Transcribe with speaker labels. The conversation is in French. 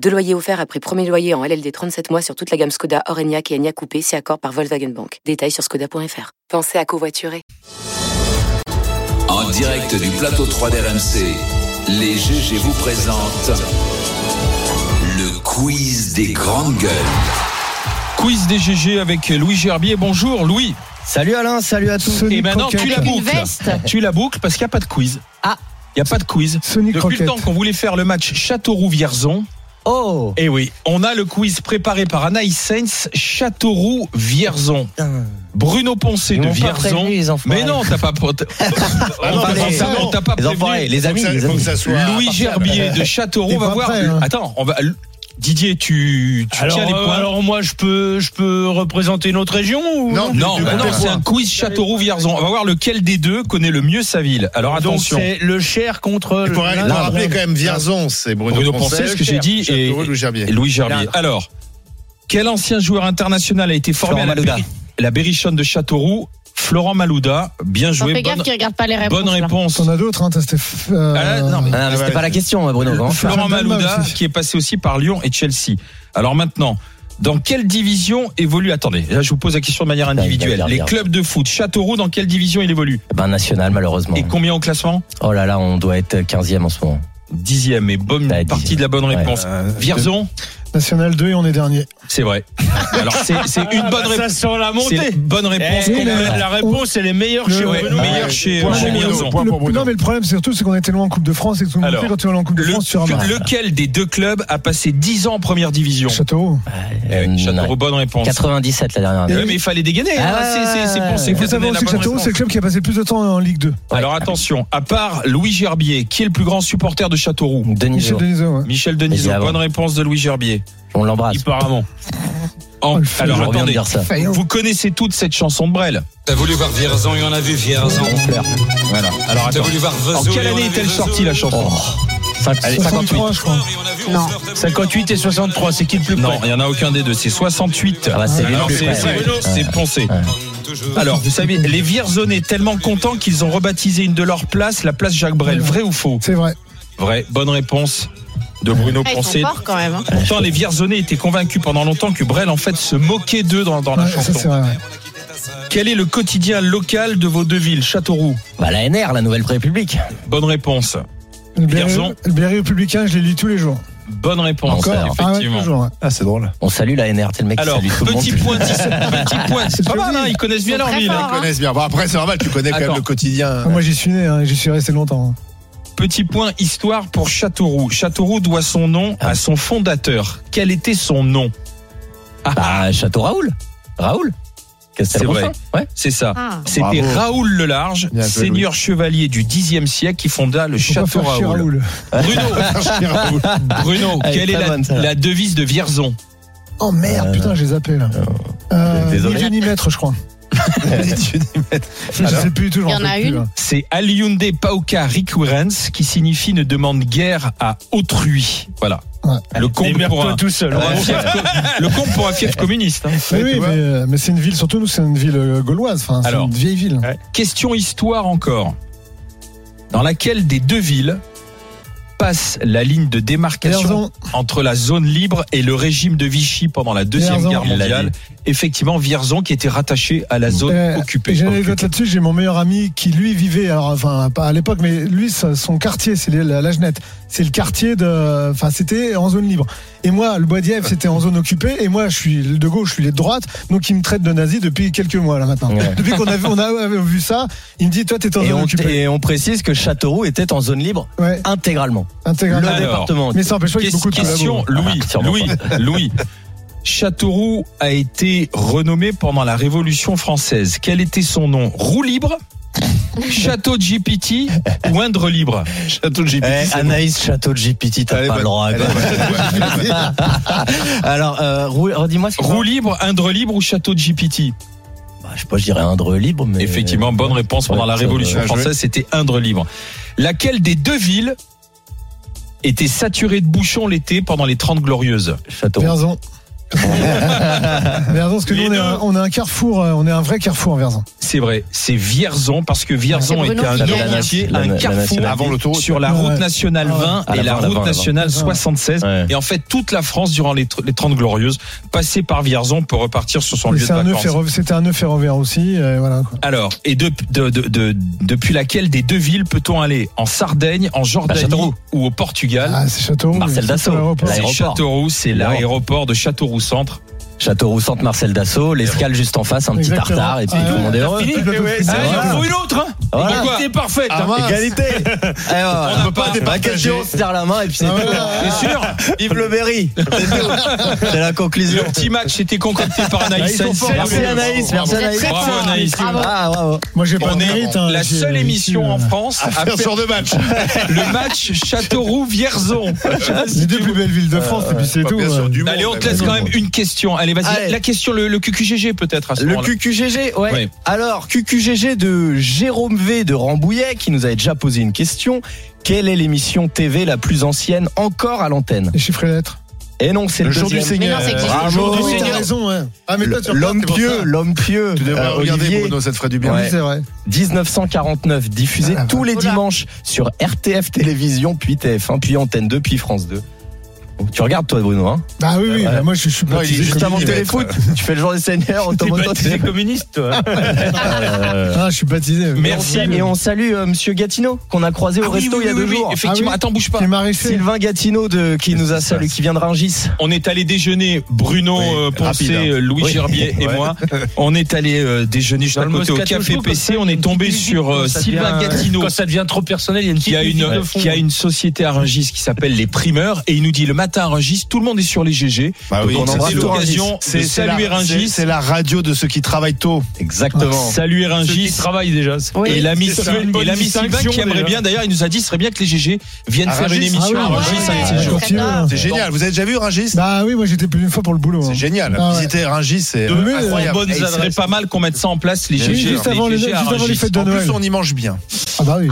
Speaker 1: Deux loyers offerts après premier loyer en LLD 37 mois sur toute la gamme Skoda, Orenia et Enya Coupé, si accord par Volkswagen Bank. Détails sur skoda.fr. Pensez à covoiturer.
Speaker 2: En direct du plateau 3 d'RMC, les GG vous présentent le quiz des grandes gueules.
Speaker 3: Quiz des GG avec Louis Gerbier. Bonjour Louis.
Speaker 4: Salut Alain, salut à tous.
Speaker 3: Et
Speaker 4: Sonic
Speaker 3: maintenant
Speaker 4: Croquette.
Speaker 3: Eh ben tu la
Speaker 5: Une
Speaker 3: boucles.
Speaker 5: veste.
Speaker 3: Tu la boucles parce qu'il n'y a pas de quiz.
Speaker 5: Ah.
Speaker 3: Il n'y a pas de quiz. Depuis
Speaker 4: Sonic
Speaker 3: le
Speaker 4: Croquette.
Speaker 3: temps qu'on voulait faire le match Châteauroux-Vierzon,
Speaker 4: Oh
Speaker 3: eh oui, on a le quiz préparé par Anaïs Sainz, Châteauroux-Vierzon.
Speaker 4: putain.
Speaker 3: Bruno Poncé
Speaker 4: Ils
Speaker 3: de
Speaker 4: m'ont pas
Speaker 3: Vierzon.
Speaker 4: prévenu, Ah les enfants.
Speaker 3: Mais non, t'as pas. on t'a- on t'a-
Speaker 4: les-
Speaker 3: on t'a pas
Speaker 4: les enfoirés,
Speaker 3: prévenu.
Speaker 4: les amis,
Speaker 6: ça-
Speaker 4: les
Speaker 6: faut
Speaker 4: amis.
Speaker 6: que ça soit.
Speaker 3: Louis Gerbier de Châteauroux
Speaker 4: T'es
Speaker 3: va
Speaker 4: pas
Speaker 3: voir.
Speaker 4: prêt, hein.
Speaker 3: Attends, on va. Didier, tu, tu
Speaker 7: Alors,
Speaker 3: tiens les
Speaker 7: euh,
Speaker 3: points.
Speaker 7: alors moi, je peux, je peux représenter une autre région ou
Speaker 6: Non,
Speaker 3: Non,
Speaker 6: tu- tu
Speaker 3: bah non,
Speaker 6: coupes les
Speaker 3: c'est
Speaker 6: points.
Speaker 3: un quiz Châteauroux-Vierzon. On va voir lequel des deux connaît le mieux sa ville. Alors
Speaker 7: Donc
Speaker 3: attention.
Speaker 7: c'est le Cher contre
Speaker 6: Il
Speaker 7: le.
Speaker 6: faut ra- faut
Speaker 7: l'Indre.
Speaker 6: rappeler quand même Vierzon, c'est Bruno,
Speaker 3: Bruno
Speaker 6: Poncet,
Speaker 3: Poncet, ce que j'ai dit, et-
Speaker 6: Châteauroux, Louis Gerbier.
Speaker 3: Et Louis Gerbier.
Speaker 4: L'Indre.
Speaker 3: Alors, quel ancien joueur international a été formé
Speaker 4: Florent
Speaker 3: à la,
Speaker 4: Malouda.
Speaker 3: Berri- la Berrichonne de Châteauroux Florent Malouda. Bien
Speaker 5: Fais
Speaker 3: joué.
Speaker 5: gaffe
Speaker 3: Bonne,
Speaker 5: qu'ils regardent pas les réponses.
Speaker 3: bonne
Speaker 5: là.
Speaker 3: réponse.
Speaker 8: T'en as d'autres, hein, t'as Steph. euh,
Speaker 3: Ah, non, mais-
Speaker 4: Ah, non, mais c'était pas la question, Bruno.
Speaker 3: Florent
Speaker 4: hein.
Speaker 8: Fernand Dalma
Speaker 3: Malouda,
Speaker 8: aussi.
Speaker 3: qui est passé aussi par Lyon et Chelsea. Alors maintenant, dans quelle division évolue Attendez, là je vous pose la question de manière
Speaker 4: il va
Speaker 3: individuelle.
Speaker 4: dire,
Speaker 3: Les
Speaker 4: regarde.
Speaker 3: clubs de foot, Châteauroux, dans quelle division il évolue
Speaker 4: Ben, national, malheureusement.
Speaker 3: Et combien au classement
Speaker 4: Oh là là, on doit être 15e en ce moment.
Speaker 3: Dixième, et bonne
Speaker 4: Ah, dixième.
Speaker 3: partie de la bonne
Speaker 4: Ouais.
Speaker 3: réponse.
Speaker 8: Euh,
Speaker 3: Vierzon,
Speaker 8: National 2 et on est dernier.
Speaker 3: c'est vrai. Alors c'est c'est
Speaker 7: Ah,
Speaker 3: une
Speaker 7: bah,
Speaker 3: bonne
Speaker 7: Ça
Speaker 3: réponse.
Speaker 7: sent la
Speaker 3: C'est
Speaker 7: montée.
Speaker 3: une bonne réponse.
Speaker 7: Eh,
Speaker 3: qu'on
Speaker 8: mais-
Speaker 3: met.
Speaker 7: la réponse, elle est meilleure chez
Speaker 3: Ouais,
Speaker 7: Bruno.
Speaker 3: meilleur chez,
Speaker 6: Point
Speaker 3: chez
Speaker 6: pour
Speaker 3: Vierzon.
Speaker 6: Bruno, point
Speaker 8: Le-
Speaker 6: pour Bruno.
Speaker 8: non, mais le problème, c'est surtout, c'est qu'on était loin en Coupe de France et que tout le monde
Speaker 3: Alors,
Speaker 8: fait quand tu vas en Coupe de
Speaker 3: Le-
Speaker 8: France, tu remarques.
Speaker 3: lequel des deux clubs a passé 10 ans en première division
Speaker 8: Château.
Speaker 3: Eh oui, Châteauroux,
Speaker 4: Ouais.
Speaker 3: bonne réponse.
Speaker 4: 97 la dernière.
Speaker 3: Eh
Speaker 4: année.
Speaker 3: oui, mais il fallait dégainer.
Speaker 4: Ah,
Speaker 3: hein, c'est- c'est- c'est pour- c'est
Speaker 4: Il
Speaker 8: Il
Speaker 3: pour
Speaker 8: faut
Speaker 3: donner
Speaker 8: savoir
Speaker 3: la
Speaker 8: aussi que
Speaker 3: bonne
Speaker 8: Château,
Speaker 3: réponse.
Speaker 8: c'est le club qui a passé le plus de temps en Ligue 2.
Speaker 3: Alors attention, à part Louis Gerbier, qui est le plus grand supporter de Châteauroux
Speaker 4: Denis
Speaker 8: Michel
Speaker 4: Jour.
Speaker 8: Denisot, ouais.
Speaker 3: Michel
Speaker 4: Mais
Speaker 3: Denisot,
Speaker 4: avant.
Speaker 3: bonne réponse de Louis Gerbier.
Speaker 4: On l'embrasse.
Speaker 3: Apparemment. En-
Speaker 8: Oh, le fou,
Speaker 3: alors
Speaker 4: Je reviens de
Speaker 3: attendez,
Speaker 4: dire ça.
Speaker 3: vous connaissez toute cette chanson de Brel.
Speaker 2: T'as voulu voir Vierzon et on a vu Vierzon.
Speaker 4: On pleure.
Speaker 3: Voilà. Alors
Speaker 2: T'as
Speaker 3: attends.
Speaker 7: E
Speaker 2: voulu voir
Speaker 3: En
Speaker 2: Vesoul
Speaker 3: quelle
Speaker 2: et on a
Speaker 3: année
Speaker 2: vu
Speaker 3: est-elle
Speaker 2: Vesoul.
Speaker 3: sortie la chanson
Speaker 4: Oh, cinq-
Speaker 3: Allez,
Speaker 8: 63, je crois.
Speaker 2: Et on a vu
Speaker 5: Non.
Speaker 2: 11 heures de-
Speaker 7: 58 et 63, c'est qui le plus
Speaker 3: Non,
Speaker 7: près
Speaker 3: il n'y en a aucun des deux, c'est 68.
Speaker 4: Ah bah, c'est
Speaker 3: Alors,
Speaker 4: lui le
Speaker 3: c'est-
Speaker 4: plus
Speaker 3: c'est
Speaker 4: près,
Speaker 3: Bruno,
Speaker 4: ouais.
Speaker 3: c'est Poncé.
Speaker 2: Toujours.
Speaker 3: Alors, vous savez, les Vierzonais tellement contents qu'ils ont rebaptisé une de leurs places, la place Jacques Brel. Vrai ou faux
Speaker 8: C'est vrai.
Speaker 3: Vrai. Bonne réponse de Bruno
Speaker 5: Ah, ils sont
Speaker 3: Poncé.
Speaker 5: forts quand même. hein.
Speaker 3: Pourtant, les Vierzonais étaient convaincus pendant longtemps que Brel, en fait, se moquait d'eux dans, dans la
Speaker 8: Ouais, ça,
Speaker 3: chanson.
Speaker 8: c'est vrai. ouais.
Speaker 3: Quel est le quotidien local de vos deux villes, Châteauroux
Speaker 4: Bah, la NR, la Nouvelle République.
Speaker 3: Bonne réponse.
Speaker 8: Le
Speaker 3: Vierzon.
Speaker 8: Berry- le Berry Républicain, je les lis tous les jours.
Speaker 3: Bonne réponse,
Speaker 4: Encore
Speaker 8: Ah ouais,
Speaker 3: effectivement.
Speaker 8: toujours. ouais.
Speaker 7: Ah, c'est drôle.
Speaker 4: On salue la NR, t'es le mec qui
Speaker 3: Alors,
Speaker 4: salue tout le monde.
Speaker 3: petit point, dix- petit point. C'est pas mal, hein, ils connaissent bien
Speaker 5: Ils sont
Speaker 3: leur
Speaker 5: très
Speaker 3: ville.
Speaker 5: forts,
Speaker 6: Ils connaissent bien. Bon, après, c'est normal, tu connais quand
Speaker 3: Attends.
Speaker 6: même le quotidien.
Speaker 8: Ah, Moi, j'y suis né, hein, j'y suis resté longtemps.
Speaker 3: Petit point histoire pour Châteauroux. Châteauroux doit son nom à son fondateur. Quel était son nom Ah,
Speaker 4: Bah, Château Raoul. Raoul
Speaker 3: C'est vrai.
Speaker 4: Ouais.
Speaker 3: c'est ça.
Speaker 5: Ah.
Speaker 3: C'était
Speaker 6: Bravo.
Speaker 3: Raoul le Large,
Speaker 6: Bien joué,
Speaker 3: seigneur chevalier du Xe siècle qui fonda le
Speaker 8: Faut pas
Speaker 3: Château
Speaker 8: faire chier
Speaker 3: Raoul.
Speaker 8: Raoul.
Speaker 3: Bruno,
Speaker 6: Raoul.
Speaker 3: bah, Bruno,
Speaker 4: Elle est
Speaker 3: quelle est
Speaker 4: très
Speaker 3: la,
Speaker 4: bonne, celle-là.
Speaker 3: la devise de Vierzon
Speaker 8: Oh merde, putain, j'ai zappé là. Euh,
Speaker 4: Désolé.
Speaker 8: Ni Dieu ni maître, je crois. Je sais plus hein. du tout.
Speaker 5: Il y en a une.
Speaker 3: C'est Aliunde Pauca Recurrens qui signifie ne demande guère à autrui. Voilà.
Speaker 8: Ouais.
Speaker 3: Le comble pour
Speaker 7: Démerde-toi
Speaker 3: un,
Speaker 7: tout seul.
Speaker 3: pour un fief, le comble pour un fief communiste. hein.
Speaker 8: Oui,
Speaker 6: tu
Speaker 8: oui,
Speaker 6: vois.
Speaker 8: mais, euh, mais c'est une ville, surtout nous, c'est une ville euh, gauloise, enfin, c'est
Speaker 3: Alors.
Speaker 8: une vieille ville.
Speaker 3: Question histoire encore. Dans laquelle des deux villes passe la ligne de démarcation
Speaker 8: Vierzon,
Speaker 3: entre la zone libre et le régime de Vichy pendant la Deuxième
Speaker 8: Vierzon.
Speaker 3: Guerre mondiale Effectivement, Vierzon qui était rattaché à la zone
Speaker 8: euh,
Speaker 3: occupée.
Speaker 8: J'ai une anecdote là-dessus, j'ai mon meilleur ami qui lui vivait, alors, enfin, pas à l'époque, mais lui, sa- son quartier, c'est les- la, la Genette. C'est le quartier de. Enfin, c'était en zone libre. Et moi, le Bois d'Ièvre, c'était en zone occupée. Et moi, je suis de gauche, je suis de droite. Donc, il me traite de nazi depuis quelques mois, là, maintenant.
Speaker 4: Ouais.
Speaker 8: Depuis qu'on a, vu- on a vu ça, il me dit Toi, t'es en
Speaker 4: Et
Speaker 8: zone
Speaker 4: on,
Speaker 8: occupée.
Speaker 4: et on précise que Châteauroux était en zone libre
Speaker 8: Ouais,
Speaker 4: intégralement. Le
Speaker 8: intégralement.
Speaker 3: Alors,
Speaker 4: département.
Speaker 8: Mais ça empêche pas qu'il y ait beaucoup de
Speaker 3: Question,
Speaker 8: collabos.
Speaker 3: Louis,
Speaker 4: Ah, sûrement
Speaker 3: Louis, Louis. Châteauroux a été renommé pendant la Révolution française. Quel était son nom Roue libre Château de GPT ou Indre libre
Speaker 6: Château de GPT.
Speaker 4: Eh,
Speaker 6: c'est
Speaker 4: Anaïs Château de GPT, t'as
Speaker 6: Elle est
Speaker 4: pas le
Speaker 6: bonne.
Speaker 4: droit.
Speaker 6: Elle
Speaker 4: quoi.
Speaker 6: est bonne. Ouais.
Speaker 4: Alors, euh, roule- redis-moi ce que
Speaker 3: Roue libre, Indre libre ou Château de GPT
Speaker 4: Bah, je sais pas, je dirais Indre libre, mais.
Speaker 3: Effectivement, bonne réponse pendant
Speaker 4: Ouais,
Speaker 3: la
Speaker 4: ça,
Speaker 3: Révolution
Speaker 6: bien joué.
Speaker 3: française, c'était Indre libre. Laquelle des deux villes était saturée de bouchons l'été pendant les 30 glorieuses
Speaker 4: euh, Château.
Speaker 8: Verzon. Verzon, parce que nous,
Speaker 3: Les
Speaker 8: on est,
Speaker 3: deux.
Speaker 8: un, on est un carrefour, euh, on est un vrai carrefour en Verzon.
Speaker 3: C'est vrai, c'est Vierzon parce que Vierzon
Speaker 5: Ah, C'est
Speaker 3: était un
Speaker 5: Bruno
Speaker 3: lieu
Speaker 5: Villers.
Speaker 3: routier,
Speaker 4: La-
Speaker 3: un
Speaker 4: la
Speaker 3: carrefour
Speaker 4: nationale.
Speaker 6: Avant l'autoroute.
Speaker 3: sur la
Speaker 8: Ouais.
Speaker 3: route nationale
Speaker 8: Ah ouais.
Speaker 3: 20
Speaker 4: À
Speaker 3: et la Ah
Speaker 4: l'avant, à
Speaker 3: route
Speaker 4: l'avant, à
Speaker 3: nationale
Speaker 8: l'avant.
Speaker 3: 76.
Speaker 4: Ouais.
Speaker 3: Et en fait, toute la France durant les, tr- les 30 glorieuses passait par Vierzon pour repartir sur son
Speaker 8: Mais
Speaker 3: lieu de
Speaker 8: c'est un nœud
Speaker 3: vacances.
Speaker 8: ferro- C'était un nœud ferroviaire aussi. euh, voilà, quoi.
Speaker 3: Alors, et de- de- de- de- depuis laquelle des deux villes peut-on aller En Sardaigne, en Jordanie
Speaker 4: Châteauroux.
Speaker 3: ou au Portugal
Speaker 8: Ah, c'est Châteauroux.
Speaker 4: Marcel
Speaker 8: mais
Speaker 4: Dassault.
Speaker 8: c'est l'aéroport.
Speaker 4: Là,
Speaker 3: C'est
Speaker 4: L'aéroport.
Speaker 3: Châteauroux, c'est l'aéroport de Châteauroux Centre.
Speaker 4: Châteauroux, Centre, Marcel Dassault, l'escale juste en face, un petit
Speaker 8: Exactement.
Speaker 4: tartare, et puis
Speaker 8: Ah,
Speaker 4: tout le monde est heureux.
Speaker 8: fini Eh ouais,
Speaker 3: Ah,
Speaker 8: c'est
Speaker 3: il
Speaker 8: vrai.
Speaker 3: en faut une autre, hein
Speaker 4: Voilà.
Speaker 3: Égalité parfaite
Speaker 6: Ah, mince.
Speaker 4: Égalité Eh, On
Speaker 6: peut pas départager.
Speaker 4: on se serre la main, et puis c'est
Speaker 8: Eh, Ah,
Speaker 4: tout.
Speaker 8: voilà.
Speaker 3: Bien sûr
Speaker 4: Yves Le Berry C'est tout. C'est la conclusion.
Speaker 3: Le petit match était concocté par Anaïs Saint-
Speaker 4: Merci
Speaker 3: hein.
Speaker 4: Anaïs, merci
Speaker 5: Vous êtes
Speaker 4: Anaïs.
Speaker 5: très
Speaker 3: Bravo,
Speaker 5: fort.
Speaker 3: Anaïs.
Speaker 5: Bravo.
Speaker 4: Ah, bravo.
Speaker 8: Moi, j'ai pas
Speaker 3: On
Speaker 8: de
Speaker 3: est
Speaker 8: mérite. hein,
Speaker 3: la
Speaker 8: j'ai-
Speaker 3: seule
Speaker 8: j'ai-
Speaker 3: émission en
Speaker 4: euh,
Speaker 3: France à faire
Speaker 6: sur deux matchs.
Speaker 3: le match Châteauroux-Vierzon.
Speaker 4: Ah,
Speaker 8: Les deux plus belles villes
Speaker 3: Euh,
Speaker 8: de France, et puis Ah, c'est tout. euh,
Speaker 6: Bien sûr,
Speaker 8: ouais. bah,
Speaker 6: du monde.
Speaker 3: Allez, on te laisse quand même une question. Allez, vas-y.
Speaker 4: Allez.
Speaker 3: La question, le, le QQGG peut-être à ce
Speaker 4: Le
Speaker 3: moment-là.
Speaker 4: QQGG, ouais.
Speaker 3: Oui.
Speaker 4: Alors, QQGG de Jérôme V de Rambouillet, qui nous avait déjà posé une question. Quelle est l'émission TV la plus ancienne encore à l'antenne
Speaker 8: Les chiffres et lettres.
Speaker 4: Et non, c'est le,
Speaker 6: Le jour du
Speaker 4: deuxième.
Speaker 5: Mais non,
Speaker 6: Seigneur.
Speaker 5: c'est que j'ai-
Speaker 4: Bravo.
Speaker 8: Ah oui, t'as
Speaker 4: Seigneur.
Speaker 8: raison, ouais. Ah, mais toi, tu
Speaker 4: L'homme
Speaker 8: regardes, c'est pour
Speaker 4: pieux,
Speaker 8: ça.
Speaker 4: l'homme pieux.
Speaker 6: Tu devrais
Speaker 4: euh,
Speaker 6: regarder
Speaker 4: Olivier,
Speaker 6: Bruno, ça te ferait du bien.
Speaker 4: Ouais.
Speaker 8: Ah Oui, c'est vrai.
Speaker 4: 1949, diffusé
Speaker 8: Ah, la
Speaker 4: tous les
Speaker 5: Oula.
Speaker 4: dimanches sur RTF Télévision, puis TF1, puis Antenne 2, puis France 2. Donc, Tu regardes toi Bruno, hein
Speaker 8: Bah oui, oui,
Speaker 4: Ouais.
Speaker 8: bah moi, je suis
Speaker 6: Non,
Speaker 8: pas.
Speaker 6: il est juste avant
Speaker 4: T'inventes
Speaker 6: le
Speaker 4: téléfoot, tu fais le jour des seigneurs,
Speaker 7: T'es
Speaker 4: automoto,
Speaker 7: baptisé
Speaker 4: téléfoot.
Speaker 7: communiste, toi.
Speaker 4: Euh,
Speaker 8: Ah, je suis baptisé.
Speaker 3: Mais-
Speaker 4: on
Speaker 3: Merci.
Speaker 4: salue- Et on salue euh, Monsieur Gatineau qu'on a croisé au
Speaker 3: Ah oui,
Speaker 4: resto
Speaker 3: oui,
Speaker 4: il y a
Speaker 3: oui,
Speaker 4: deux
Speaker 3: oui,
Speaker 4: jours.
Speaker 3: Effectivement,
Speaker 8: Ah oui.
Speaker 3: attends, bouge pas.
Speaker 8: Qui est maraîcher.
Speaker 4: Sylvain Gatineau de qui nous a
Speaker 3: qui se
Speaker 4: salué,
Speaker 3: passe
Speaker 4: qui vient de Rungis.
Speaker 3: On est allé déjeuner, Bruno
Speaker 6: Oui,
Speaker 3: euh, Poncé,
Speaker 6: rapide, hein.
Speaker 3: euh, Louis
Speaker 4: Oui.
Speaker 3: Gerbier et
Speaker 4: Ouais.
Speaker 3: moi. On est allé euh, déjeuner juste
Speaker 7: Dans
Speaker 3: à
Speaker 7: le
Speaker 3: côté au
Speaker 7: Moscato
Speaker 3: Café
Speaker 7: Show,
Speaker 3: PC.
Speaker 7: comme ça,
Speaker 3: On
Speaker 7: il y a
Speaker 3: est
Speaker 7: une
Speaker 3: tombé
Speaker 7: petite
Speaker 3: sur euh,
Speaker 7: musique, quand ça
Speaker 3: Sylvain
Speaker 7: devient-
Speaker 3: Gatineau.
Speaker 7: Quand ça devient trop personnel, il y a une
Speaker 3: Qui
Speaker 7: petite
Speaker 3: a,
Speaker 7: musique
Speaker 3: une,
Speaker 7: de fond.
Speaker 3: qui a une société à Rungis qui s'appelle les Primeurs et il nous dit le matin à Rungis tout le monde est sur les GG
Speaker 6: Bah oui,
Speaker 3: donc
Speaker 4: on
Speaker 3: c'était
Speaker 4: embrasse tout
Speaker 3: l'occasion de
Speaker 6: C'est c'est
Speaker 3: saluer
Speaker 6: la- c'est-
Speaker 3: Rungis
Speaker 6: c'est la radio de ceux qui travaillent tôt.
Speaker 4: Exactement.
Speaker 3: saluer
Speaker 7: Ceux qui
Speaker 3: Rungis
Speaker 7: travaillent déjà.
Speaker 5: Oui.
Speaker 3: et l'ami
Speaker 7: c'est ça.
Speaker 3: Sylvain
Speaker 7: Une bonne
Speaker 3: et l'ami Sylvain
Speaker 7: distinction,
Speaker 3: qui aimerait
Speaker 7: déjà.
Speaker 3: bien d'ailleurs il nous a dit ce serait bien que les GG viennent
Speaker 6: À
Speaker 3: faire une
Speaker 6: Rungis.
Speaker 3: émission
Speaker 8: Ah
Speaker 3: à
Speaker 8: oui,
Speaker 3: Rungis
Speaker 5: ouais,
Speaker 3: un
Speaker 5: ouais,
Speaker 3: petit
Speaker 5: ouais.
Speaker 3: jour.
Speaker 8: Quand tu veux, hein.
Speaker 6: C'est génial. Vous avez déjà vu Rungis
Speaker 8: Bah oui, moi, j'étais plus d'une fois pour le boulot. hein.
Speaker 6: C'est génial.
Speaker 8: Ah ouais.
Speaker 6: Visiter Rungis, c'est
Speaker 8: De mieux,
Speaker 6: incroyable.
Speaker 3: Bonne-
Speaker 6: Et
Speaker 3: ça serait pas mal qu'on mette ça en place les
Speaker 6: Oui,
Speaker 3: GG
Speaker 8: juste avant les-
Speaker 3: GG à
Speaker 8: juste avant les
Speaker 3: Rungis.
Speaker 8: fêtes de
Speaker 6: En plus,
Speaker 8: Noël.
Speaker 6: on y mange bien.
Speaker 8: Ah bah oui.